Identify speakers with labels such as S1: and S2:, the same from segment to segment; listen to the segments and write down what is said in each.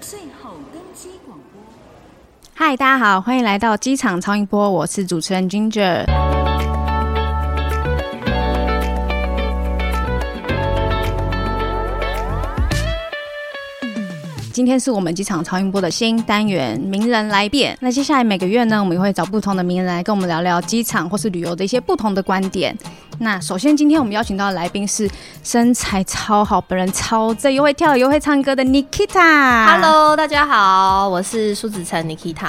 S1: 最后登机广播。
S2: 嗨，大家好，欢迎来到机场超音波，我是主持人 Ginger。今天是我们机场超音波的新单元“名人来辩”。那接下来每个月呢，我们也会找不同的名人来跟我们聊聊机场或是旅游的一些不同的观点。那首先，今天我们邀请到的来宾是身材超好、本人超正、又会跳又会唱歌的 Nikita。
S3: Hello，大家好，我是苏子成 Nikita。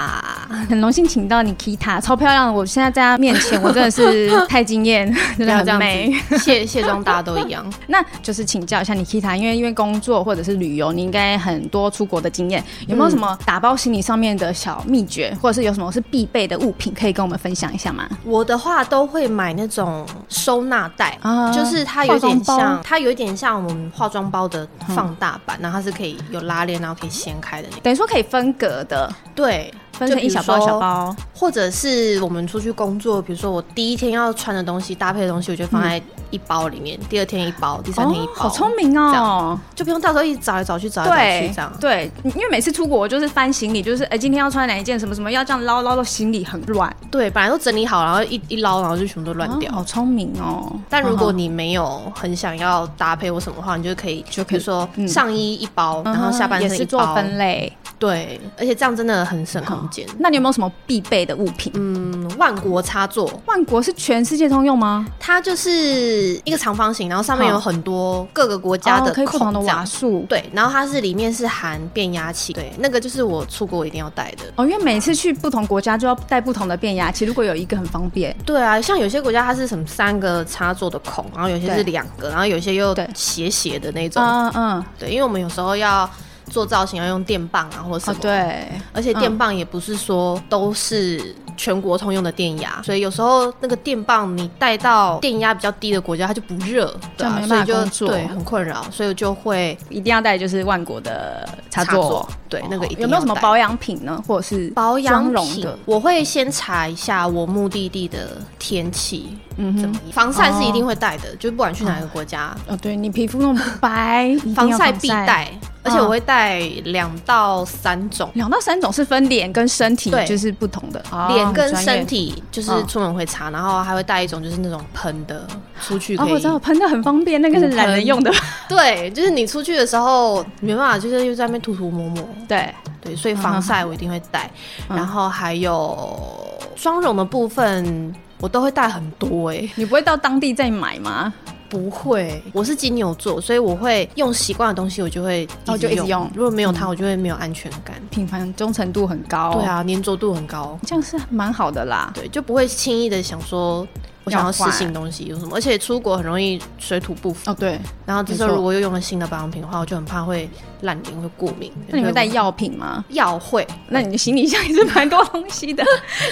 S2: 很荣幸请到 Nikita，超漂亮的！我现在在她面前，我真的 是太惊艳，真的很美。
S3: 子，卸卸妆大家都一样。
S2: 那就是请教一下 Nikita，因为因为工作或者是旅游，你应该很多出国的经验，有没有什么打包行李上面的小秘诀，或者是有什么是必备的物品，可以跟我们分享一下吗？
S3: 我的话都会买那种收纳袋，
S2: 啊
S3: 就是它有点
S2: 化妆嗯
S3: 像，它有点像我们化妆包的放大版，然后它是可以有拉链，然后可以掀开的那
S2: 等于说可以分隔的，
S3: 对，
S2: 分成一小包小。包，
S3: 或者是我们出去工作，比如说我第一天要穿的东西、搭配的东西，我就放在一包里面，第二天一包，第三天一
S2: 嗯哦，
S3: 包，
S2: 好聪明
S3: 这
S2: 哦！
S3: 就不用到时候一直找来找去、找来找
S2: 对
S3: 去这样。
S2: 对，因为每次出国我就是翻行李，就是哎、今天要穿哪一件什么什么，要这样捞捞到行李很乱，
S3: 对，本来都整理好，然后一一捞，然后就全部都乱掉。
S2: 哦好聪明哦！
S3: 但如果
S2: 嗯
S3: 你没有很想要搭配或什么的话，你就可以，
S2: 就可
S3: 比
S2: 以
S3: 如说
S2: 嗯
S3: 上衣一包，然后下半
S2: 也
S3: 身
S2: 是
S3: 一
S2: 做
S3: 包，
S2: 分类，
S3: 对，而且这样真的很省空间。
S2: 那你有没有什么必备的物品？
S3: 嗯，万国插座，
S2: 万国是全世界通用吗？
S3: 它就是一个长方形，然后上面
S2: 好
S3: 有很多各个国家的
S2: 哦可以不同
S3: 孔
S2: 的
S3: 这
S2: 瓦
S3: 样。
S2: 数。
S3: 对，然后它是里面是含变压器，对，那个就是我出国一定要带的。
S2: 哦，因为每次去不同国家就要带不同的变压器，如果有一个很方便，
S3: 对啊，像有些国家它是什么三个插座的孔，然后有些
S2: 对
S3: 是两个，然后有些又
S2: 对
S3: 斜斜的那种。
S2: 嗯嗯，
S3: 对，因为我们有时候要做造型要用电棒啊，或者什
S2: 哦
S3: 么。
S2: 对，
S3: 而且电棒也不是说都是全国通用的电压，所以有时候那个电棒你带到电压比较低的国家，它就不热，对、
S2: 这
S3: 啊，
S2: 样没
S3: 所
S2: 办法
S3: 以就
S2: 工作
S3: 对很困扰，所以就会
S2: 一定要带就是万国的插
S3: 插
S2: 座，哦
S3: 座，对，那个一定
S2: 有没有什么
S3: 要带
S2: 保养品呢，或者是
S3: 保养
S2: 妆容
S3: 品
S2: 的？
S3: 我会先查一下我目的地的天气，
S2: 嗯
S3: 怎么
S2: 哼，
S3: 样防晒是一定
S2: 哦
S3: 会带的，就不管去哪个国家，
S2: 哦，对你皮肤那么白，一定要
S3: 防
S2: 晒嗯
S3: 晒必。带，而且我会带两到三种。
S2: 两到三种是分脸跟身体，
S3: 对
S2: 就是不同的，哦
S3: 脸跟身。
S2: 很专业
S3: 体就是
S2: 嗯
S3: 出门会擦，然后还会带一种就是那种喷的，出去
S2: 哦
S3: 可，以。
S2: 我知道喷的很方便，那个是懒人用 的。
S3: 对，就是你出去的时候没办法，就是又在那边涂涂抹抹。
S2: 对，
S3: 对，所以防晒我一定会带，
S2: 嗯
S3: 然后还有妆容的部分我都会带很多哎、
S2: 你不会到当地再买吗？
S3: 不会，我是金牛座，所以我会用习惯的东西，我就会
S2: 哦就一直用嗯
S3: 如果没有它，我就会没有安全感。
S2: 品牌忠诚度很高。
S3: 对，啊，粘着度很高。
S2: 这样是蛮好的啦。
S3: 对，就不会轻易的想说我想要试新东西有什么，而且出国很容易水土不服。
S2: 哦，对，
S3: 然后这时
S2: 没
S3: 候
S2: 错
S3: 如果又用了新的保养品的话，我就很怕会烂脸、会过敏。
S2: 那你会带
S3: 所以
S2: 药啊品吗？
S3: 我药会？
S2: 那你的行李箱也是蛮多东西 的。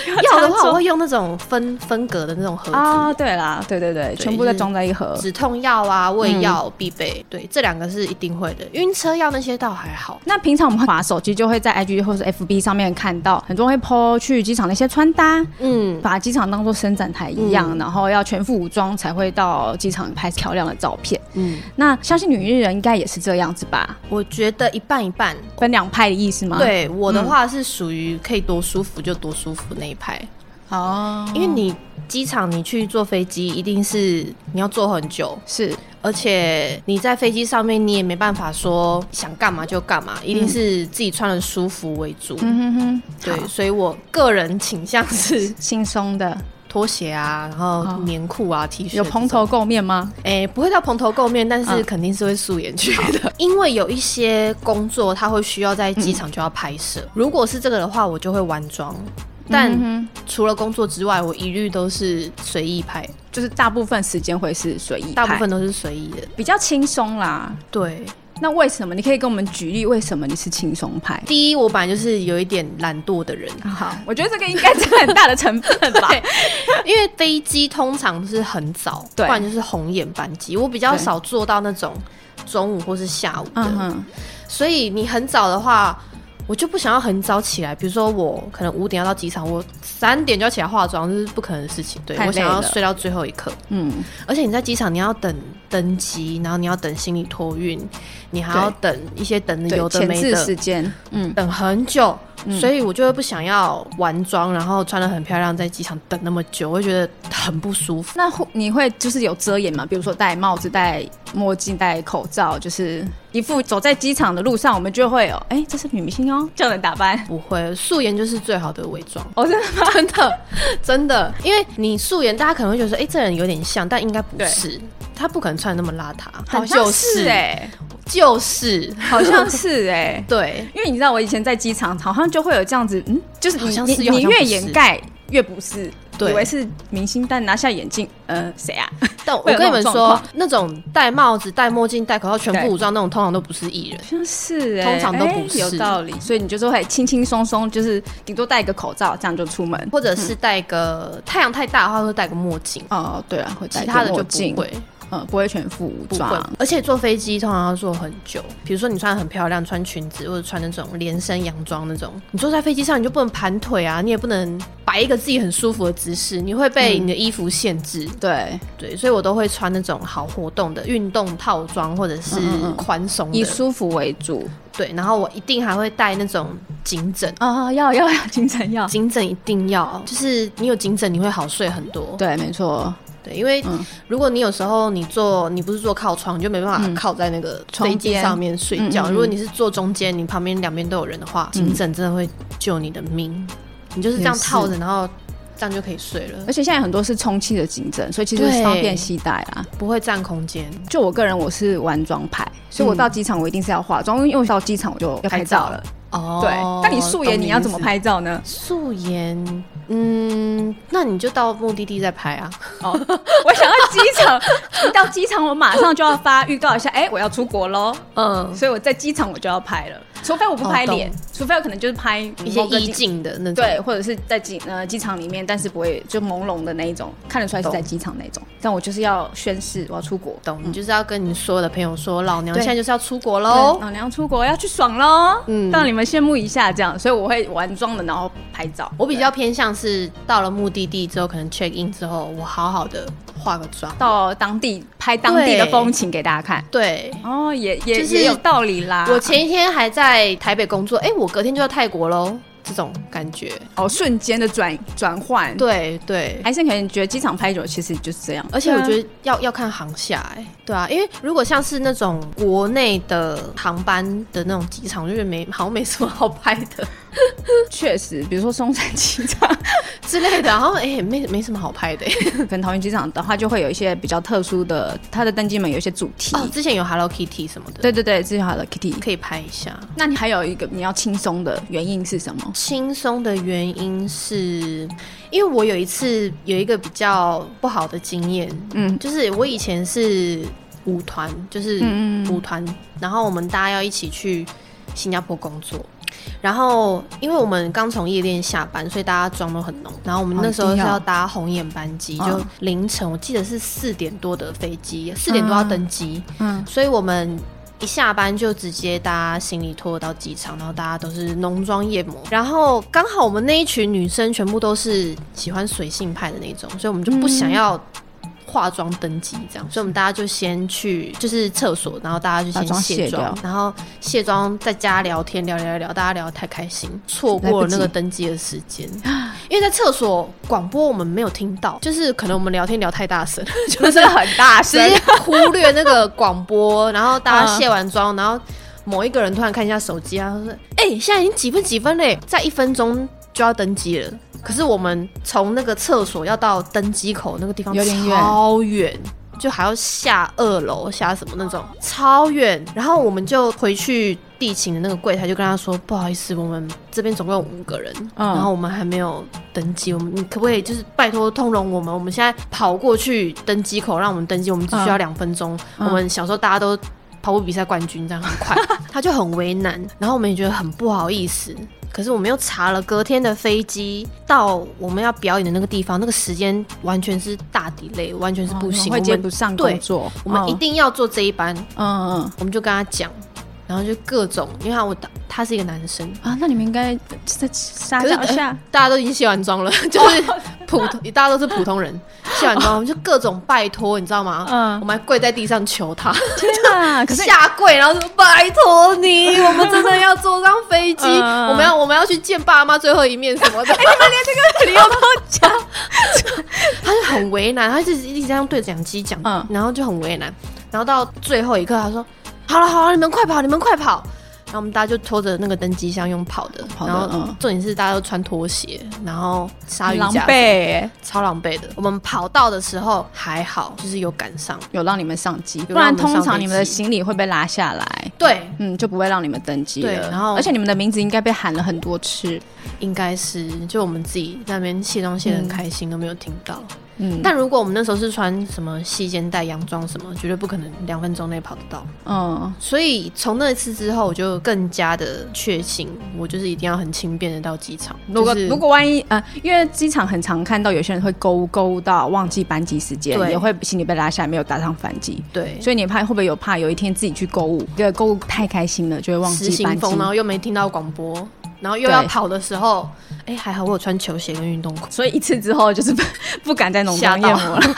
S3: 药的
S2: 插
S3: 话，
S2: 座
S3: 我会用那种分分隔的那种盒子。
S2: 啊，对啦，对对对，全部再
S3: 就是
S2: 装在一盒。
S3: 止痛药啊，
S2: 嗯
S3: 胃药必备，对，这两个是一定会的。晕车药那些倒还好，
S2: 那平常我们会把手机，就会在 IG 或是 FB 上面看到很多人会 PO 去机场的一些穿搭，
S3: 嗯，
S2: 把机场当做伸展台一样，
S3: 嗯
S2: 然后要全副武装才会到机场拍漂亮的照片。
S3: 嗯，
S2: 那相信女艺人应该也是这样子吧？
S3: 我觉得一半一半。
S2: 分两派的意思吗？，
S3: 对我
S2: 嗯
S3: 的话是属于可以多舒服就多舒服那一派，
S2: 哦，
S3: 因为你机场你去坐飞机一定是你要坐很久，
S2: 是
S3: 而且你在飞机上面你也没办法说想干嘛就干嘛，一定是自己穿的舒服为主。
S2: 嗯哼哼，
S3: 对，
S2: 好
S3: 所以我个人倾向是
S2: 轻松的，
S3: 拖鞋啊，然后棉裤啊、T 恤
S2: 哦有蓬头
S3: 这种，
S2: 垢面吗？
S3: 哎、不会到蓬头垢面，但是
S2: 嗯
S3: 肯定是会素颜去的。 因为有一些工作，它会需要在机场就要拍摄。如果是这个的话，我就会完妆，但
S2: 嗯
S3: 除了工作之外，我一律都是随意拍，
S2: 哼就是大部分时间会是随意派，
S3: 大部分都是随意的。
S2: 比较轻松啦。
S3: 对，
S2: 那为什么？你可以跟我们举例，为什么你是轻松派？
S3: 第一，我本来就是有一点懒惰的人，
S2: 好，我觉得这个应该是很大的成 分吧。
S3: 因为飞机通常是很早，
S2: 对
S3: 不然就是红眼班机。我比较
S2: 对
S3: 少坐到那种中午或是下午的，
S2: 嗯哼，
S3: 所以你很早的话，我就不想要很早起来，比如说我可能五点要到机场，我三点就要起来化妆，这是不可能的事情。对
S2: 太累
S3: 我想要
S2: 了
S3: 睡到最后一刻，
S2: 嗯，
S3: 而且你在机场你要等登机，然后你要等行李托运，你还要等一些等
S2: 对
S3: 有，的
S2: 前
S3: 没
S2: 置
S3: 的，
S2: 时间，嗯，
S3: 等很久，所以我就会不想要完妆，然后穿的很漂亮，在机场等那么久，我会觉得很不舒服。
S2: 那会你会就是有遮掩吗？比如说戴帽子、戴墨镜、戴口罩，就是一副走在机场的路上，我们就会有，哎、这是女明星哦，这样的打扮。
S3: 不会，素颜就是最好的伪装，
S2: 哦，真的吗？
S3: 真的，真的，因为你素颜，大家可能会觉得说，哎、这人有点像，但应该不
S2: 对
S3: 是，他不可能穿得那么邋遢，
S2: 好
S3: 但
S2: 像
S3: 就是欸
S2: 是哎、
S3: 就是，
S2: 好 像是哎、
S3: 对，
S2: 因为你知道，我以前在机场好像就会有这样子，嗯，就是
S3: 好
S2: 你
S3: 像
S2: 你
S3: 是又
S2: 你
S3: 好像
S2: 越
S3: 不是
S2: 掩盖越不是，
S3: 对
S2: 以为是明星，但拿下眼镜，呃，谁啊？
S3: 但我
S2: 会有
S3: 跟你们
S2: 那种状
S3: 说
S2: 况，
S3: 那种戴帽子、戴墨镜、戴口罩、全
S2: 对
S3: 副武装那种，通常都不是艺人。
S2: 好像 是、欸，
S3: 通常都不是
S2: 哎有道理，所以你就是会轻轻松松，就是顶多戴一个口罩，这样就出门。
S3: 或者是戴个、太阳太大的话，会戴个墨镜，
S2: 哦，对啊，会戴
S3: 其他的
S2: 墨
S3: 就
S2: 镜
S3: 不，会
S2: 呃，不会全副武
S3: 不会
S2: 装。。
S3: 而且坐飞机通常要坐很久，比如说你穿得很漂亮，穿裙子或者穿那种连身洋装那种，你坐在飞机上你就不能盘腿啊，你也不能摆一个自己很舒服的姿势，你会被你的衣服限制。
S2: 对，
S3: 对，所以我都会穿那种好活动的运动套装或者是
S2: 嗯嗯嗯
S3: 宽松的。
S2: 以舒服为主
S3: 对，然后我一定还会戴那种颈枕。
S2: 啊、要要要，精神要。
S3: 颈枕一定要，就是你有颈枕，你会好睡很多。
S2: 对，没错，
S3: 对，因为
S2: 嗯
S3: 如果你有时候你坐，你不是坐靠窗，你就没办
S2: 嗯
S3: 法靠在那个
S2: 窗
S3: 飞机
S2: 边
S3: 上面睡
S2: 嗯
S3: 觉。
S2: 嗯嗯嗯
S3: 如果你是坐中间，你旁边两边都有人的话，颈枕真的会救你的命。你就是这样
S2: 也是哎
S3: 套着，然后这样就可以睡了，
S2: 而且现在很多是充气的颈枕，所以其实
S3: 对
S2: 方便携带啊啦。
S3: 不会占空间。
S2: 就我个人，我是玩妆派，所以
S3: 嗯
S2: 我到机场我一定是要化妆，因为我到机场我就要拍照了。
S3: 哦
S2: 对，那你素颜你要怎么？
S3: 懂
S2: 拍照呢
S3: 意？思素颜，嗯，那你就到目的地再拍啊。
S2: 我想到机场，一到机场我马上就要发预告一下，哎、我要出国喽，
S3: 嗯，
S2: 所以我在机场我就要拍了，除非我不拍
S3: 哦懂
S2: 脸，除非我可能就是拍
S3: 一些
S2: 某个
S3: 意
S2: 景
S3: 境的那种。
S2: 对，或者是在机呃机场里面，但是不会就朦胧的那一种，看得出来是在机场那种。但我就是要宣誓我要出国，嗯
S3: 懂，你就是要跟你所有的朋友说，老娘
S2: 对
S3: 现在就是要出国
S2: 哦
S3: 喽，。
S2: 老娘出国要去爽喽，
S3: 嗯
S2: 让你们羡慕一下这样。所以我会玩妆的，然后拍照。
S3: 我比
S2: 对
S3: 较偏向是到了目的地之后，可能 check in 之后，我好好的化个妆。
S2: 到当地拍当地的
S3: 对
S2: 风情给大家看。
S3: 对，
S2: 哦，也也、
S3: 就是
S2: 也有道理啦。
S3: 我前一天还在台北工作，哎、我隔天就要泰国喽，这种感觉。
S2: 哦瞬间的转转换，
S3: 对对，
S2: 还是可能觉得机场拍久其实就是这样，啊
S3: 而且我觉
S2: 得
S3: 得要、要看航厦，哎，对啊，因为如果像是那种国内的航班的那种机场，我就觉得没好像没什么好拍的
S2: 确实，比如说松山机场
S3: 之类的，然后哎、没没什么好拍的、诶
S2: 跟桃园机场的话，就会有一些比较特殊的，它的登机门有一些主题。
S3: 哦，之前有 Hello Kitty 什么的，
S2: 对对对，这就好了，Kitty。
S3: 可以拍一下。
S2: 那你还有一个你要轻松的原因是什么？
S3: 轻松的原因是，因为我有一次有一个比较不好的经验，
S2: 嗯
S3: 就是我以前是舞团，就是
S2: 嗯嗯嗯
S3: 舞团，然后我们大家要一起去新加坡工作。然后，因为我们刚从夜店下班，所以大家妆都很浓。然后我们那时候
S2: 哦一
S3: 是
S2: 定要
S3: 要搭红眼班机，
S2: 嗯
S3: 就凌晨，我记得是四点多的飞机，四点多要登机。
S2: 嗯，
S3: 所以我们一下班就直接搭行李拖到机场，然后大家都是浓妆艳抹，然后刚好我们那一群女生全部都是喜欢随性派的那种，所以我们就不想要。化妆登机这样，所以我们大家就先去就是厕所，然后大家就
S2: 把
S3: 先
S2: 妆卸
S3: 卸妆
S2: 掉，
S3: 然后卸妆在家聊天，聊聊聊，大家聊得太开心，错过了那
S2: 来不
S3: 个
S2: 及
S3: 登机的时 间，因为在厕所广播我们没有听到，就是可能我们聊天聊太大声，就
S2: 真
S3: 是
S2: 的很大
S3: 直
S2: 声，
S3: 接忽略那个广播，然后大家卸完妆，然后某一个人突然看一下手机，他说：“哎、现在已经几分几分嘞，在一分钟就要登机了。”可是我们从那个厕所要到登机口那个地方
S2: 有点远
S3: 超远。就还要下二楼，下什么那种超远，然后我们就回去地勤的那个柜台，就跟他说不好意思，我们这边总共有五个人，
S2: 嗯
S3: 然后我们还没有登机，我们你可不可以就是拜托通融我们？我们现在跑过去登机口，让我们登机，我们只需要两分钟。
S2: 嗯
S3: 我们小时候大家都跑步比赛冠军，这样很 快，他就很为难，然后我们也觉得很不好意思。可是我们又查了隔天的飞机到我们要表演的那个地方，那个时间完全是大 delay，完全是不
S2: 哦
S3: 行，
S2: 会
S3: 我
S2: 接
S3: 们
S2: 不上
S3: 对
S2: 工作。
S3: 我们一
S2: 嗯
S3: 定要做这一班，
S2: 嗯嗯，
S3: 我们就跟他讲，然然后就各种，因为他我他是一个男生，
S2: 啊，那你们应该再撒
S3: 可是
S2: 娇一下
S3: 呃。大家都已经卸完妆了， 就是普通，大家都是普通人，卸完 妆我们就各种拜托，你知道吗？
S2: 嗯
S3: 我们还跪在地上求他，
S2: 天哪！ 可是
S3: 下跪，然后说拜托 你，我们真的要坐上飞机，
S2: 嗯
S3: 我们要我们要去见爸妈最后一面什 么的。
S2: 你有没有讲？
S3: 他就很为难，他就一直这样对讲机讲，
S2: 嗯
S3: 然后就很为难，然后到最后一刻，他说：“好了好了，你们快跑，你们快跑！”然后我们大家就拖着那个登机箱用跑的，
S2: 跑的
S3: 然后
S2: 嗯
S3: 重点是大家都穿拖鞋，然后鲨
S2: 很
S3: 鱼
S2: 狼
S3: 夹
S2: 狈，耶，
S3: 超狼狈的。我们跑到的时候还好，就是有赶上，
S2: 有让你们上机，不
S3: 有让我
S2: 然
S3: 们
S2: 通
S3: 上
S2: 常
S3: 飞
S2: 你们的
S3: 机
S2: 行李会被拉下来。
S3: 对，
S2: 嗯，就不会让你们登机
S3: 对
S2: 了。
S3: 然后
S2: 而且你们的名字应该被喊了很多次。
S3: 应该是就我们自己在那边卸妆卸的很开心、都没有听到。
S2: 嗯，
S3: 但如果我们那时候是穿什么细肩带洋装什么，绝对不可能两分钟内跑得到。
S2: 嗯，
S3: 所以从那一次之后，我就更加的确信，我就是一定要很轻便的到机场。
S2: 如果、
S3: 就是
S2: 如果万一呃，因为机场很常看到有些人会购物购物到忘记班机时间，
S3: 对
S2: 也会行李被拉下来，没有搭上班机。
S3: 对
S2: 所以你怕会不会有怕有一天自己去购物，这个购物太开心了，就会忘
S3: 失
S2: 记
S3: 心
S2: 班机
S3: 疯，。然后又没听到广播，然后又要
S2: 对
S3: 跑的时候，哎、还好我有穿球鞋跟运动裤。
S2: 所以一次之后就是不 不敢再浓妆
S3: 吓
S2: 艳
S3: 到
S2: 抹 了。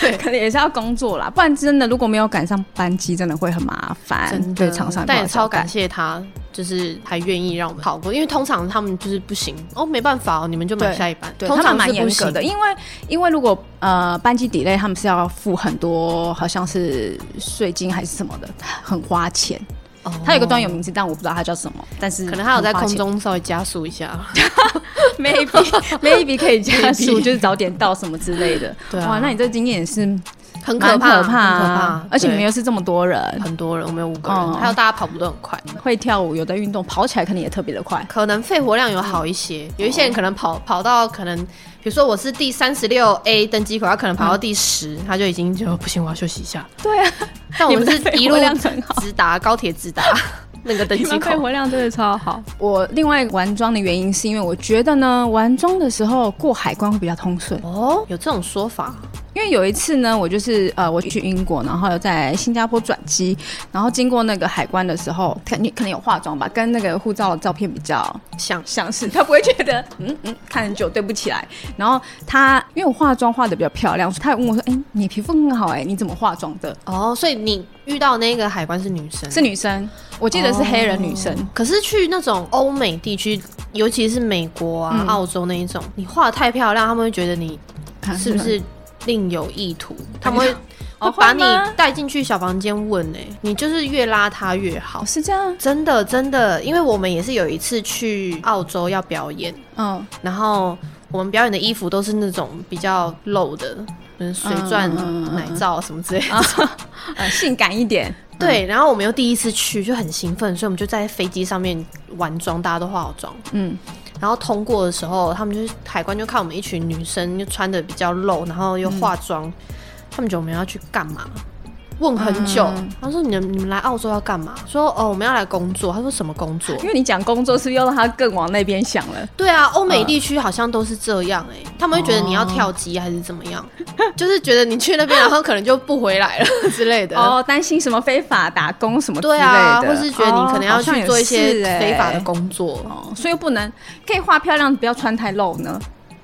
S3: 对，
S2: 可能也是要工作啦，不然真的如果没有赶上班机，真的会很麻烦。
S3: 真
S2: 对
S3: 的，
S2: 厂商，
S3: 但也超感。谢他，就是还愿意让我们跑过，因为通常他们就是不行哦，没办法哦，你们就买
S2: 对
S3: 下一班。
S2: 对，
S3: 通
S2: 他
S3: 常
S2: 们蛮
S3: 是不
S2: 严格
S3: 行
S2: 的，因为因为如果呃班机 delay，他们是要付很多，好像是税金还是什么的，很花钱。
S3: 哦
S2: 它有个专有名字，但我不知道它叫什么，但是
S3: 可能他有在
S2: 很花
S3: 空
S2: 钱
S3: 中稍微加速一下。
S2: ，maybe maybe 可以加速，
S3: Maybe
S2: 就是早点到什么之类的。
S3: 对啊
S2: 哇，那你这经验也是
S3: 很
S2: 蛮
S3: 可
S2: 怕，
S3: 怕，很可怕，
S2: 而且你们
S3: 对
S2: 又是这么多人，
S3: 很多人，我们有五个
S2: 嗯
S3: 人，还有大家跑步都很快，
S2: 会跳舞，有的运动，跑起来肯定也特别的快。
S3: 可能肺活量有好一
S2: 哦
S3: 些，有一些人可能跑跑到可能，比如说我是第三十六 A 登机口，他可能跑到第十、他就已经就不行，我要休息一下。
S2: 嗯对啊，
S3: 但我
S2: 你们
S3: 是
S2: 的肺
S3: 一
S2: 活
S3: 路
S2: 量很好
S3: 直达高铁直达那个登机口，
S2: 量真的超好。我另外玩妆的原因是因为我觉得呢，玩妆的时候过海关会比较通顺。
S3: 哦，有这种说法，
S2: 因为有一次呢，我就是呃，我去英国，然后有在新加坡转机，然后经过那个海关的时候，肯定可能有化妆吧，跟那个护照的照片比较
S3: 像
S2: 相似， 他不会觉得嗯嗯看很久对不起来。然后他因为我化妆化的比较漂亮，所以他也问我说：“哎、你皮肤很好哎、你怎么化妆的
S3: 哦，所以你遇到那个海关是女生？”
S2: 是女生，我记得是黑人女生。
S3: 可是去那种欧美地区，尤其是美国啊、
S2: 嗯
S3: 澳洲那一种，你画的太漂亮，他们会觉得你
S2: 啊
S3: 哦是不是另有意图？他们会
S2: 哦
S3: 会把你
S2: 会吗
S3: 带进去小房间问呢、你就是越拉他越好
S2: 哦，。是这样，
S3: 真的真的，因为我们也是有一次去澳洲要表演，
S2: 嗯，
S3: 然后我们表演的衣服都是那种比较露的，嗯，水钻
S2: 嗯嗯嗯嗯
S3: 奶罩什么之类的。
S2: 呃，性感一点，
S3: 对，然后我们又第一次去，就很兴奋，所以我们就在飞机上面玩妆，大家都化好妆。
S2: 嗯，
S3: 然后通过的时候，他们就是海关就看我们一群女生，就穿的比较露，然后又化妆，
S2: 嗯
S3: 他们觉得我们要去干嘛？问很久，
S2: 嗯
S3: 他说：“你们你们来澳洲要干嘛？”说：“哦，我们要来工作。”他说：“什么工作
S2: 因为你讲工作，是不是又让他更往那边想了？？”
S3: 对啊，欧美地区好像都是这样哎、他们会觉得你要跳机还是怎么样，就是觉得你去那边，然后可能就不回来了之类的。
S2: 哦，担心什么非法打工什么之类
S3: 对
S2: 的，
S3: 啊，或是觉得你可能要
S2: 哦
S3: 去做一些非
S2: 好像也
S3: 法的。
S2: 是欸
S3: 工作。
S2: 哦，所以又不能可以画漂亮，不要穿太露呢，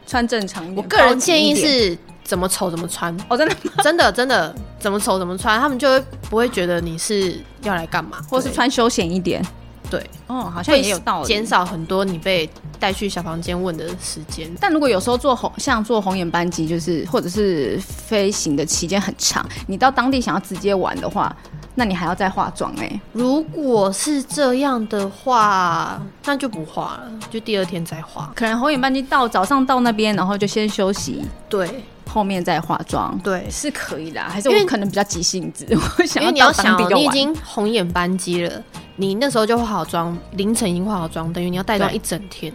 S2: 穿正常一点。
S3: 我个人建议
S2: 包紧一点，
S3: 是怎么丑怎么穿，
S2: 哦，真的吗，
S3: 真的真的怎么丑怎么穿，他们就会不会觉得你是要来干嘛，
S2: 或是穿休闲一点。
S3: 对，
S2: 哦，好像
S3: 会
S2: 也有道理。
S3: 减少很多你被带去小房间问的时间。
S2: 但如果有时候做红，像做红眼班机，就是或者是飞行的期间很长，你到当地想要直接玩的话，那你还要再化妆哎、
S3: 如果是这样的话，那就不画了，就第二天再画。
S2: 可能红眼班机到早上到那边，然后就先休息，
S3: 对
S2: 后面再化妆。
S3: 对，
S2: 是可以啦，还是
S3: 因为
S2: 我可能比较急性子， 我想
S3: 因为你
S2: 到
S3: 要
S2: 当
S3: 想
S2: 地
S3: 哦，
S2: 就
S3: 你已
S2: 玩。
S3: 经红眼班机了，你那时候就化好妆，凌晨已经化好妆，等于你要带妆
S2: 对
S3: 一整天，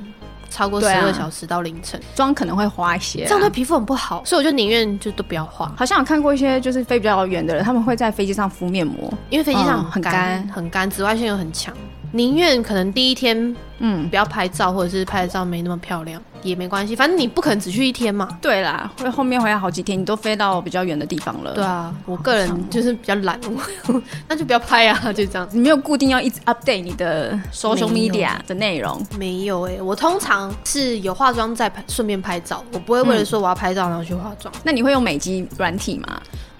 S3: 超过十
S2: 对啊
S3: 二小时到凌晨，
S2: 妆可能会花一些啦，啊
S3: 这样对皮肤很不好，所以我就宁愿就都不要画。
S2: 好像有看过一些就是飞比较远的人，他们会在飞机上敷面膜，
S3: 因为飞机上
S2: 嗯
S3: 很
S2: 很
S3: 干、
S2: 干
S3: 很干，紫外线又很强。宁愿可能第一天
S2: 嗯，
S3: 不要拍照，或者是拍的照没那么漂亮，也没关系，反正你不可能只去一天嘛。
S2: 对啦，会后面回来好几天，你都飞到比较远的地方了。
S3: 对啊，我个人就是比较懒，我 那就不要拍啊，就这样。
S2: 你没有固定要一直 update 你的 social
S3: 没有
S2: media 的内容，
S3: 没有哎、我通常是有化妆再拍顺便拍照，我不会为了说我要拍照然后去化妆。
S2: 那你会用美肌软体吗？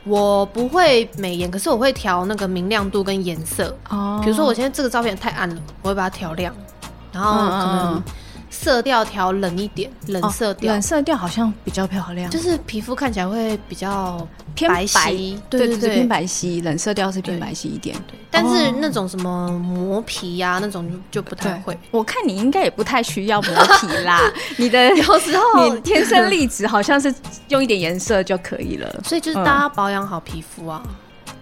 S3: 我不会美颜，可是我会调那个明亮度跟颜色。
S2: 哦
S3: 比如说我现在这个照片太暗了，我会把它调亮，然后
S2: 嗯嗯
S3: 可能
S2: 嗯
S3: 色调调冷一点，冷色
S2: 哦
S3: 调。
S2: 冷色调好像比较漂亮，
S3: 就是皮肤看起来会比较
S2: 偏
S3: 白
S2: 白
S3: 皙，
S2: 对
S3: 对
S2: 对，偏。白皙，冷色调是偏
S3: 对
S2: 白皙一点。
S3: 对但是
S2: 哦
S3: 那种什么磨皮呀、那种就就不太会。
S2: 我看你应该也不太需要磨皮 啦，你的
S3: 有时候
S2: 哦你天生丽质好像是用一点颜色就可以了，
S3: 所以就是大家保养好皮肤啊，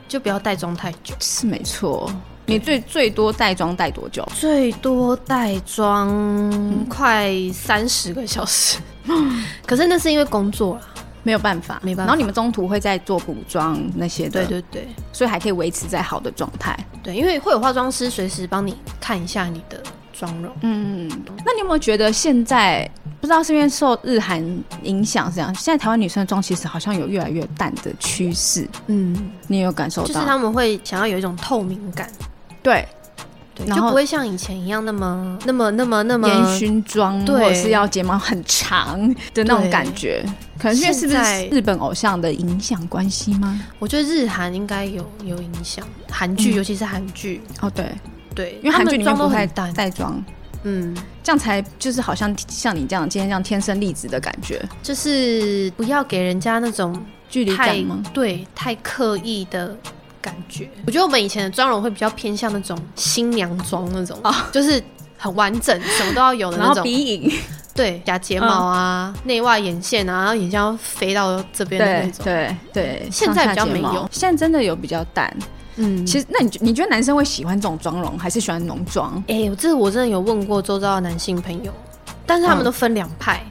S3: 就不要带妆太久。
S2: 是没错。你最最多带妆带多久？
S3: 最多带妆快三十个小时，
S2: 嗯
S3: 可是那是因为工作啦。
S2: 没有办法，
S3: 没办
S2: 然
S3: 法
S2: 后你们中途会再做补妆那些的，
S3: 对对对
S2: 所以还可以维持在好的状态。
S3: 对，因为会有化妆师随时帮你看一下你的妆容。
S2: 嗯，那你有没有觉得现在不知道是因为受日韩影响是这样？现在台湾女生的妆其实好像有越来越淡的趋势，
S3: 嗯，
S2: 你有感受
S3: 就是
S2: 到？
S3: 他们会想要有一种透明感，
S2: 对，
S3: 对，
S2: 然
S3: 就
S2: 后
S3: 不会像以前一样那么那么那么那么
S2: 烟熏妆
S3: 对
S2: 或者是要睫毛很长的那种
S3: 对
S2: 感觉，可能是因为是不
S3: 现在
S2: 是日本偶像的影响关系吗？
S3: 我觉得日韩应该有有影响，韩剧、
S2: 嗯
S3: 尤其是韩剧，
S2: 哦，对，
S3: 对，
S2: 因为韩剧里面
S3: 他们妆都
S2: 不太
S3: 很淡，
S2: 带妆，
S3: 嗯，
S2: 这样才就是好像像你这样今天这样天生丽质的感觉，
S3: 就是不要给人家那种
S2: 距离感
S3: 太
S2: 吗？
S3: 对太刻意的感觉。我觉得我们以前的妆容会比较偏向那种新娘妆那种，就是很完整，什么都要有的
S2: 哦然
S3: 那
S2: 后
S3: 种。
S2: 鼻影，
S3: 对，假睫毛啊，内外眼线啊，然后眼线要飞到这边的那
S2: 对
S3: 种。
S2: 对对，
S3: 现
S2: 上
S3: 在
S2: 下
S3: 比较
S2: 睫
S3: 没
S2: 毛
S3: 有
S2: 现在真的有比较淡。
S3: 嗯，
S2: 其实，那你觉你觉得男生会喜欢这种妆容，还是喜欢浓妆？
S3: 哎、我这我真的有问过周遭的男性朋友，但是他们
S2: 嗯
S3: 都分两派。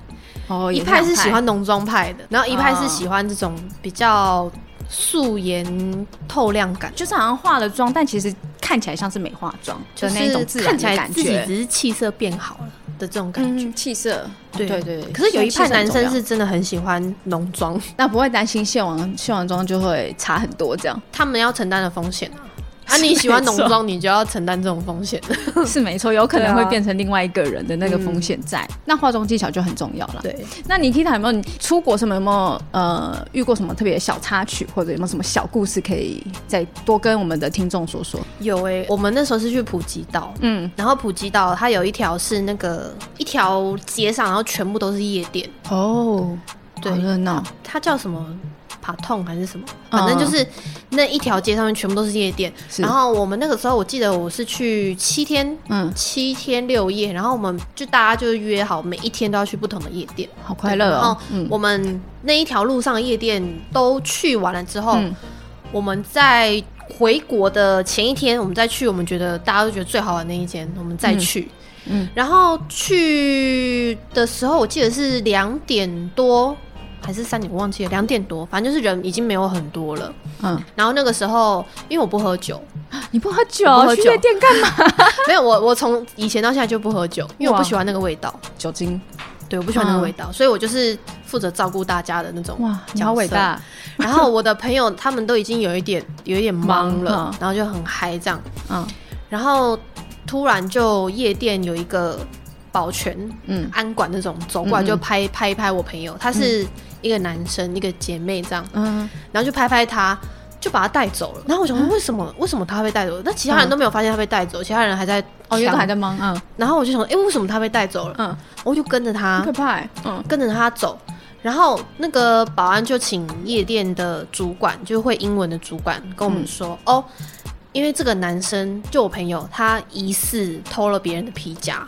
S2: 哦
S3: 一派是喜欢浓妆派的，然后一派是喜欢这种比较素颜透亮感，
S2: 就是好像化了妆，但其实看起来像是没化妆
S3: 就
S2: 的
S3: 是
S2: 那一种自然
S3: 看起
S2: 的
S3: 来
S2: 感
S3: 自己
S2: 觉，
S3: 只是气色变好了的这种感觉。
S2: 嗯，气色，
S3: 对
S2: 对对。
S3: 可是有一派男生
S2: 气色很重
S3: 是真的很喜欢浓妆，
S2: 要，那不会担心卸完卸完妆就会差很多， 这样
S3: 他们要承担的风险 啊。啊，你喜欢浓
S2: 没
S3: 妆，你就要承担这种风险。
S2: 是没错，有可能
S3: 对
S2: 会
S3: 啊
S2: 变成另外一个人的那个风险在。那化妆技巧就很重要了。
S3: 对，
S2: 那你 Kita 有没有你出国什么有没有呃遇过什么特别的小插曲，或者有没有什么小故事可以再多跟我们的听众说说？
S3: 有欸诶、我们那时候是去普吉岛，
S2: 嗯，
S3: 然后普吉岛它有一条是那个一条街上，然后全部都是夜店，
S2: 哦，
S3: 对
S2: 好热闹，
S3: 它叫什么帕痛还是什么，反正就是那一条街上面全嗯部都是夜店。
S2: 是
S3: 然后我们那个时候，我记得我是去七天，
S2: 嗯，
S3: 七天六夜，然后我们就大家就约好，每一天都要去不同的夜店。
S2: 好快乐
S3: 然
S2: 哦
S3: 后，
S2: 嗯，
S3: 我们那一条路上的夜店都去完了之后，
S2: 嗯
S3: 我们在回国的前一天，我们再去我们觉得大家都觉得最好玩的那一间，我们再去。
S2: 嗯
S3: 然后去的时候，我记得是两点多还是三点，我忘记了，两点多，反正就是人已经没有很多了。
S2: 嗯，
S3: 然后那个时候，因为我不喝 酒，
S2: 你不喝酒
S3: 我不喝
S2: 去
S3: 酒
S2: 夜店干嘛？
S3: 没有我，我从以前到现在就不喝酒，因为我
S2: 哇嗯
S3: 不喜欢那个味道，
S2: 酒精，
S3: 对，我不喜欢那个味道，所以我就是负责照顾大家的那种。
S2: 哇， 你好伟大，
S3: 然后我的朋友他们都已经有一点有一点忙嗯
S2: 忙
S3: 了
S2: 了，
S3: 然后就很嗨这样，
S2: 嗯
S3: 然后突然就夜店有一个保全
S2: 嗯
S3: 安管那种走过来
S2: 嗯嗯
S3: 就拍拍一拍我朋友，他是一个男生一个姐妹这样，
S2: 嗯，
S3: 然后就拍拍他。就把他带走了，嗯然后我想说为什么、为什么他会被带走？那其他人都没有发现他被带走，其他人还在
S2: 哦，因为
S3: 想
S2: 都还在忙，嗯
S3: 然后我就想，哎、为什么他被带走了？
S2: 嗯，
S3: 我就跟着他，
S2: 很可怕欸，嗯
S3: 跟着他走。然后那个保安就请夜店的主管，就是会英文的主管跟我
S2: 嗯
S3: 们说，哦，因为这个男生就我朋友，他疑似偷了别人的皮夹，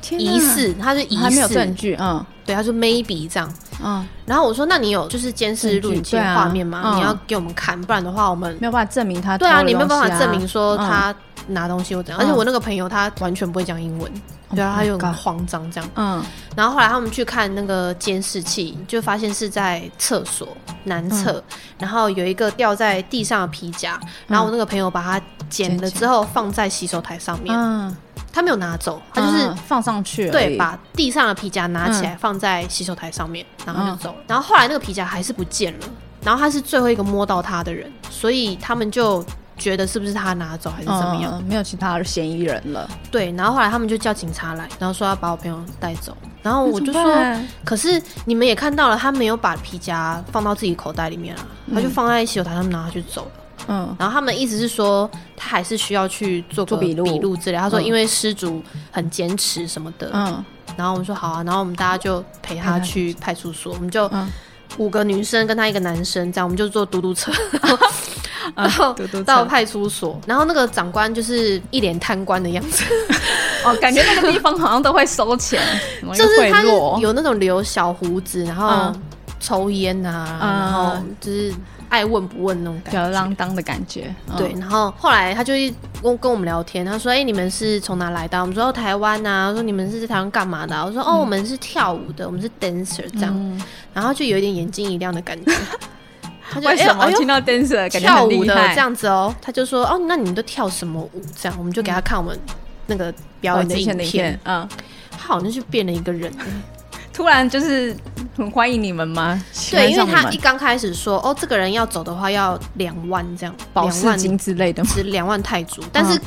S2: 天哪
S3: 疑似他是疑
S2: 还没有证
S3: 似，
S2: 据，嗯
S3: 对，他说 maybe 这样。
S2: 嗯，
S3: 然后我说，那你有就是监视录
S2: 证
S3: 影
S2: 据
S3: 机
S2: 对
S3: 的
S2: 啊
S3: 画面吗？
S2: 嗯
S3: 你要给我们看，不然的话我们
S2: 没有办法证明他偷
S3: 对
S2: 了东西，
S3: 啊，你没有办法证明说
S2: 嗯
S3: 他拿东西或怎
S2: 嗯
S3: 样。而且我那个朋友他完全不会讲英文，
S2: Oh
S3: 对啊，他就
S2: my
S3: 很
S2: God
S3: 慌张这样。
S2: 嗯
S3: 然后后来他们去看那个监视器，就发现是在厕所男厕，
S2: 嗯
S3: 然后有一个掉在地上的皮夹，然后我那个朋友把它捡了之后放在洗手台上面，
S2: 嗯，
S3: 他没有拿走，他就是、
S2: 嗯放上去而已，
S3: 对，把地上的皮夹拿起来放在洗手台上面，然后就走。
S2: 嗯
S3: 然后后来那个皮夹还是不见了，然后他是最后一个摸到他的人，所以他们就觉得是不是他拿走还是
S2: 嗯，
S3: 怎么样？
S2: 嗯没有其他的嫌疑人了。
S3: 对，然后后来他们就叫警察来，然后说要把我朋友带走。然
S2: 哦
S3: 后我就
S2: 那怎么
S3: 说，
S2: 办
S3: 可是你们也看到了，他没有把皮夹放到自己口袋里面啊，他就放在洗手台上面，然后他就走了。
S2: 嗯，
S3: 然后他们的意思是说，他还是需要去做
S2: 做
S3: 个
S2: 笔录
S3: 笔录之类。他说，
S2: 嗯
S3: 因为失主很坚持什么的，
S2: 嗯
S3: 然后我们说好啊，然后我们大家就陪他去派出所，我们就
S2: 嗯
S3: 五个女生跟他一个男生，这样我们就坐嘟嘟 车，然后
S2: 嘟嘟车
S3: 到派出所，然后那个长官就是一脸贪官的样子，
S2: 哦，感觉那个地方好像都会收钱， 什么一个
S3: 就是他
S2: 贿赂
S3: 有那种留小胡子，然后
S2: 嗯
S3: 抽烟啊，
S2: 嗯
S3: 然后就是爱问不问那种感
S2: 吊
S3: 觉。
S2: 儿郎当的感觉。嗯
S3: 对，，然后后来他就一跟跟我们聊天，他说：“哎、你们是从哪来的啊？”我们说：“哦台湾啊。”我说：“你们是在台湾干嘛的啊、我说：“哦，我们是跳舞的，我们是 dancer 这样。
S2: 嗯
S3: 然后就有一点眼睛一亮的感觉。他就
S2: 为什么
S3: 哎呦
S2: 听到 dancer 感觉
S3: 跳
S2: 很
S3: 舞
S2: 厉
S3: 的
S2: 害？
S3: 这样子哦？他就说哦，那你们都跳什么舞？这样我们就给他看我们那个表
S2: 哦
S3: 演的
S2: 之
S3: 影
S2: 前的影
S3: 片
S2: 片，，嗯，
S3: 他好像就变了一 个人。
S2: 突然就是很欢迎你们吗？喜欢
S3: 对，因为
S2: 上你
S3: 他
S2: 们
S3: 一刚开始说哦，这个人要走的话要两万这样，
S2: 保
S3: 两
S2: 释
S3: 万
S2: 金嗯之类的吗，
S3: 是两万泰铢，但是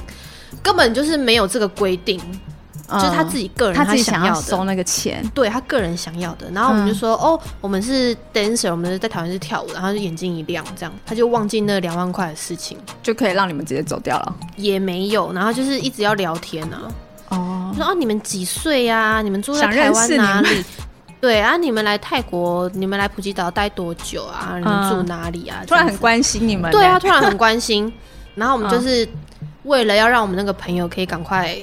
S3: 根本就是没有这个规定，就是他自
S2: 己
S3: 己个人
S2: 嗯他自己
S3: 想
S2: 想要
S3: 的
S2: 收嗯那个钱，
S3: 对他个人想要的。然后我们就说，哦，我们是 dancer，我们在台湾是跳舞的，然后就眼睛一亮，这样他就忘记那两万块的事情，
S2: 就可以让你们直接走掉了。
S3: 也没有，然后就是一直要聊天啊，
S2: 哦，
S3: 说啊，你们几岁呀、你们住在
S2: 想
S3: 台
S2: 认
S3: 湾
S2: 识
S3: 哪
S2: 你
S3: 里？ 对啊，你们来泰国，你们来普吉岛待多久啊？你们住
S2: 嗯
S3: 哪里啊？
S2: 突然很
S3: 关
S2: 关心你们，欸
S3: 对啊，
S2: 两
S3: 突然很 关心。然后我
S2: 嗯
S3: 们就是为了要让我们那个朋友可以赶快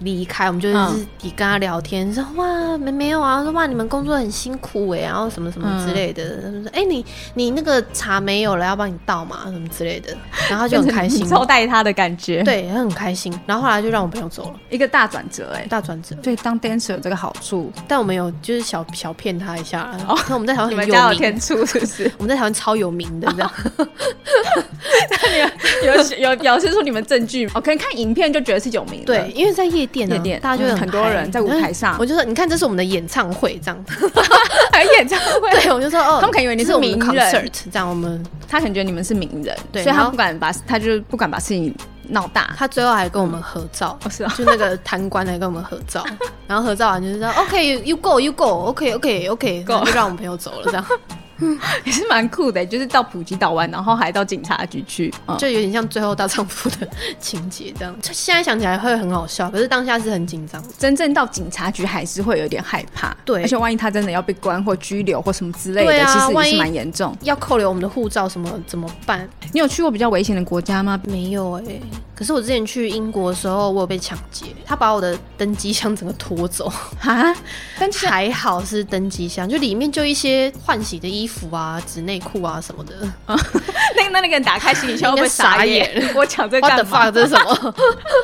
S3: 离开，我们就是
S2: 嗯
S3: 也跟他聊天，说哇没没有啊，说哇你们工作很辛苦哎、然后什么什么之类的，他们说哎、你你那个茶没有了，要帮你倒嘛什么之 类的，然后他就很
S2: 变成
S3: 开
S2: 你
S3: 心，
S2: 招待他的感觉，，
S3: 对，他很开心。然后后来就让我朋友走了，
S2: 一个大转折哎。
S3: 大转折。
S2: 对，当 dancer 有这个好处，
S3: 但我们有就是小小骗他一下啦， 然后我们在台湾
S2: 你
S3: 很
S2: 们家
S3: 有
S2: 哦有天
S3: 名，
S2: 助是不 是？
S3: 我们在台湾超有名的这样，
S2: 有有表示出你们证据吗，我可能看影片就觉得是有名的。
S3: 对，，因为在夜店、啊，
S2: 夜店
S3: 大家
S2: 嗯
S3: 就很
S2: 很多
S3: 嗨
S2: 人在舞台上
S3: 我就说你看这是我们的演唱会 这样，
S2: 还有演唱会，
S3: 对，我就说哦，
S2: 他们可能以为你
S3: 这
S2: 是
S3: 是我们的
S2: 名人
S3: concert 这样，我们
S2: 他可能觉得你们是名人，
S3: 对
S2: 所以
S3: 然
S2: 他
S3: 后
S2: 不敢把，他就不敢把事情闹大。
S3: 他最后还跟我们合照，
S2: 哦是啊
S3: 就那个贪官来跟我们合 照，然后合照完就是说 OK you go you go OK OK OK，
S2: Go
S3: 然后就让我们朋友走了这样，
S2: 也是蛮酷的，就是到普吉岛玩，然后还到警察局去，嗯、
S3: 就有点像最后大丈夫的情节这样，现在想起来会很好笑，可是当下是很紧张。
S2: 真正到警察局还是会有点害怕。
S3: 对
S2: 而且万一他真的要被关或拘留或什么之类的，
S3: 对啊
S2: 其实
S3: 万
S2: 也
S3: 一
S2: 是蛮严重。
S3: 要扣留我们的护照什么怎么办？
S2: 你有去过比较危险的国家吗？
S3: 没有哎、可是我之前去英国的时候，我有被抢劫，他把我的登机箱整个 拖走，
S2: 哈，
S3: 但还好是登机箱，就里面就一些换洗的衣服啊、纸内裤啊什么的。
S2: 那个那那个人打开行李箱
S3: 应
S2: 会不会
S3: 该
S2: 傻 眼？我抢这
S3: What
S2: 干
S3: the
S2: 嘛
S3: fuck？？这是什么？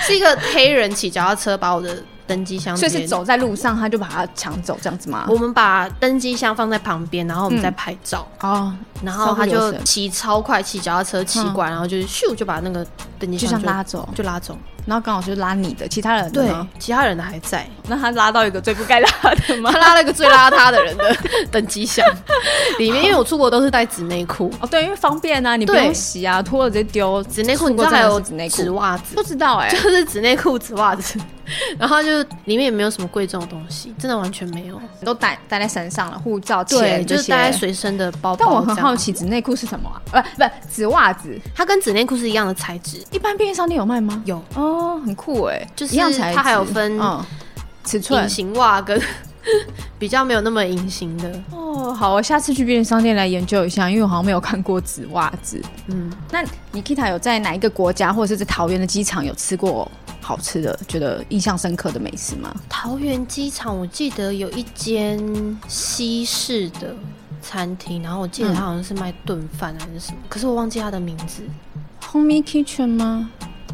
S3: 是一个黑人骑脚踏车把我的登机 箱，
S2: 所以是。走在路上他就把它抢走这样子吗？
S3: 我们把登机箱放在旁边，然后我们再拍照，
S2: 哦，
S3: 然后
S2: 稍
S3: 他
S2: 不留
S3: 就
S2: 神嗯
S3: 骑超快，骑脚踏车骑过来，然后就是咻就把那个登机
S2: 就
S3: 箱
S2: 像拉走，
S3: 就拉走。
S2: 然后刚好就是拉你的，其他人的
S3: 对
S2: 呢，
S3: 其他人的还在，
S2: 那他拉到一个最不该拉的吗
S3: 他？拉了一个最邋遢的 人的登机箱，里面因为我出国都是带纸内裤，
S2: 哦，对，因为方便啊，你不
S3: 对
S2: 用洗啊，脱了直接丢。
S3: 纸内裤
S2: 出
S3: 你知
S2: 国
S3: 道还有
S2: 真的是
S3: 纸
S2: 纸内裤，
S3: 袜子
S2: 不，知道哎、
S3: 就是纸内裤、纸袜子， 然后就是里面也没有什么贵重的东西，真的完全没有。
S2: 都带带在身上了，护照、
S3: 对，
S2: 钱
S3: 就
S2: 这
S3: 是大概
S2: 些。
S3: 随身的包包。
S2: 但我很好，奇，纸内裤是什么啊？呃不不，纸袜子，
S3: 它跟纸内裤是一样的材质，
S2: 一般便利商店有卖吗？
S3: 有
S2: 哦，很酷哎、
S3: 就是
S2: 一样材质
S3: 它还有分
S2: 嗯、尺寸
S3: 隐。形袜跟 比较没有那么隐形的。
S2: 哦，好，我下次去便利商店来研究一下，因为我好像没有看过纸袜子。
S3: 嗯，
S2: 那 Nikita 有在哪一个国家或者是在桃园的机场有吃过好吃的，觉得印象深刻的美食吗？
S3: 桃园机场我记得有一间西式的餐厅，然后我记
S2: 嗯
S3: 得它好像是卖炖饭还是什么，可是我忘记它的名字
S2: Homey Kitchen 吗？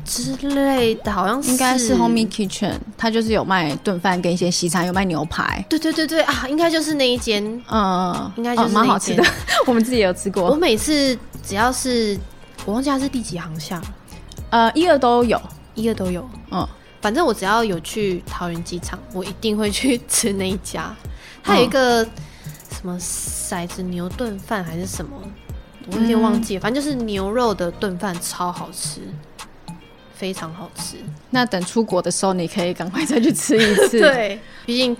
S3: 之类的，好像
S2: 应该是 Homey Kitchen，它就是有卖炖饭跟一些西餐，有卖牛排。
S3: 对对对对啊，应该就是那一间。
S2: 嗯，
S3: 应该就是
S2: 嗯蛮、
S3: 那
S2: 好吃的
S3: 间，
S2: 我们自己也有吃
S3: 我
S2: 过。
S3: 每次只要是我忘记它是第几航下了，
S2: 呃，一二都有，
S3: 一个都有。
S2: 嗯，
S3: 反正我只要有去桃园机场，我一定会去吃那一家。它有一个什么骰子牛炖饭还是什么，我有点忘
S2: 嗯
S3: 记了，反正就是牛肉的炖饭超好吃，非常好吃。
S2: 那等出国的时候，你可以赶快再去吃一次。。
S3: 对，毕竟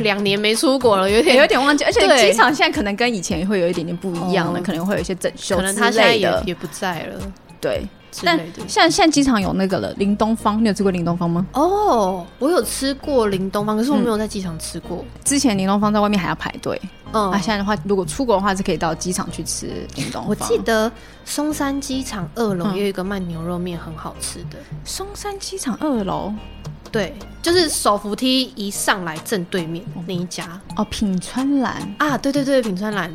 S3: 两年没出国了，有点
S2: 有点忘记，而且
S3: 对
S2: 机场现在可能跟以前会有一点点不一样了，
S3: 哦
S2: 可能会有一些整修
S3: 可能他
S2: 之
S3: 现在
S2: 类
S3: 也
S2: 的。
S3: 也不在了
S2: 对，
S3: 之
S2: 但
S3: 类的。
S2: 像现在机场有那个了，林东方，你有吃过林东方吗？
S3: 哦，我有吃过林东方，可是我没有在机场吃过。
S2: 之前林东方在外面还要排队，
S3: 嗯，
S2: 啊，现在的话，如果出国的话是可以到机场去吃林东方。
S3: 我记得松山机场二楼
S2: 嗯
S3: 也有一个卖牛肉面很好吃的，
S2: 松山机场二楼
S3: 对，就是手扶梯一上来正对面那一家
S2: 哦，品川蓝
S3: 啊，对对对，品川蓝。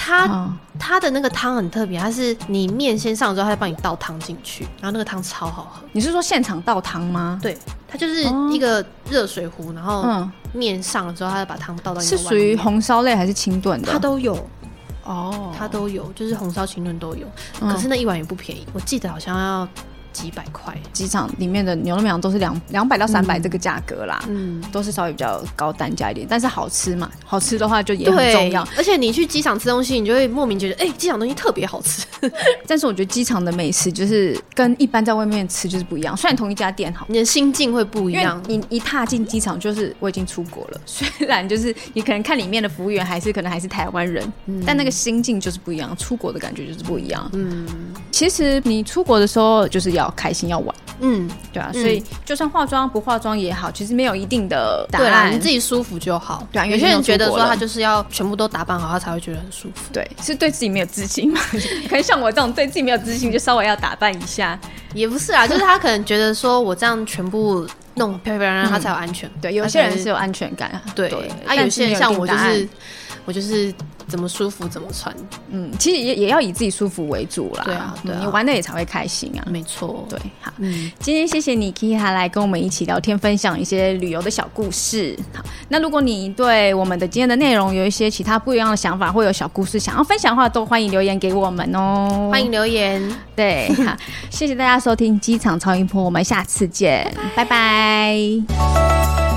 S3: 它
S2: 啊，
S3: 它的那个汤很特别，它是你面先上之后，它再帮你倒汤进去，然后那个汤超好喝。
S2: 你是说现场倒汤吗？
S3: 对，它就是
S2: 哦
S3: 一个热水壶，然后
S2: 嗯，
S3: 面上了之后，他再把汤倒到你
S2: 是
S3: 的
S2: 属
S3: 碗里
S2: 于
S3: 面
S2: 红烧类还是清炖的？
S3: 它都有，
S2: 哦，
S3: 它都有，就是红烧清炖都有。
S2: 嗯
S3: 可是那一碗也不便宜，我记得好像要几百块。
S2: 机场里面的牛肉面好像都是两两百到三百这个价格啦。
S3: 嗯，
S2: 都是稍微比较高单价一点，但是好吃嘛，好吃的话就也很重
S3: 对
S2: 要。，
S3: 而且你去机场吃东西，你就会莫名觉得，哎、机场东西特别好吃。
S2: 但是我觉得机场的美食就是跟一般在外面吃就是不一样，虽然同一家店好。
S3: 你的心境会不一
S2: 因为
S3: 样。
S2: 你一踏进机场，就是我已经出国了。 虽然就是你可能看里面的服务员还是可能还是台湾人，
S3: 嗯
S2: 但那个心境就是不一样，出国的感觉就是不一样。嗯，其实你出国的时候就是要开心要玩，
S3: 嗯，
S2: 对啊，
S3: 嗯
S2: 所以就算化妆不化妆也好，其实没有一定的答
S3: 对啦，
S2: 案。
S3: 你自己舒服就好。
S2: 对啊因为
S3: 有些人觉得
S2: 你都出
S3: 说
S2: 国了
S3: 他就是要全部都打扮好，他才会觉得很舒服。
S2: 对，是对自己没有自信 嘛？可能像我这种对自己没有自信，就稍微要打扮一下。
S3: 也不 是啊，就是他可能觉得说我这样全部弄漂漂亮亮，他才有安全感。
S2: 对，有
S3: 他
S2: 些
S3: 才
S2: 人是有安全感啊，
S3: 对，啊，
S2: 但
S3: 有
S2: 是
S3: 些
S2: 没
S3: 人像我
S2: 一定
S3: 就
S2: 答案
S3: 是我就是怎么舒服怎么穿，
S2: 嗯，其实也也要以自己舒服为主啦。
S3: 对啊对啊
S2: 嗯你玩的也才会开心啊。
S3: 没错，
S2: 对，，好，
S3: 嗯，
S2: 今天谢谢你 Kita 来跟我们一起聊天，分享一些旅游的小故事。好，那如果你对我们的今天的内容有一些其他不一样的想法，或有小故事想要分享的话，都欢迎留言给我们哦。
S3: 欢迎留言，
S2: 对，好，谢谢大家收听《机场超音波》，我们下次见，拜拜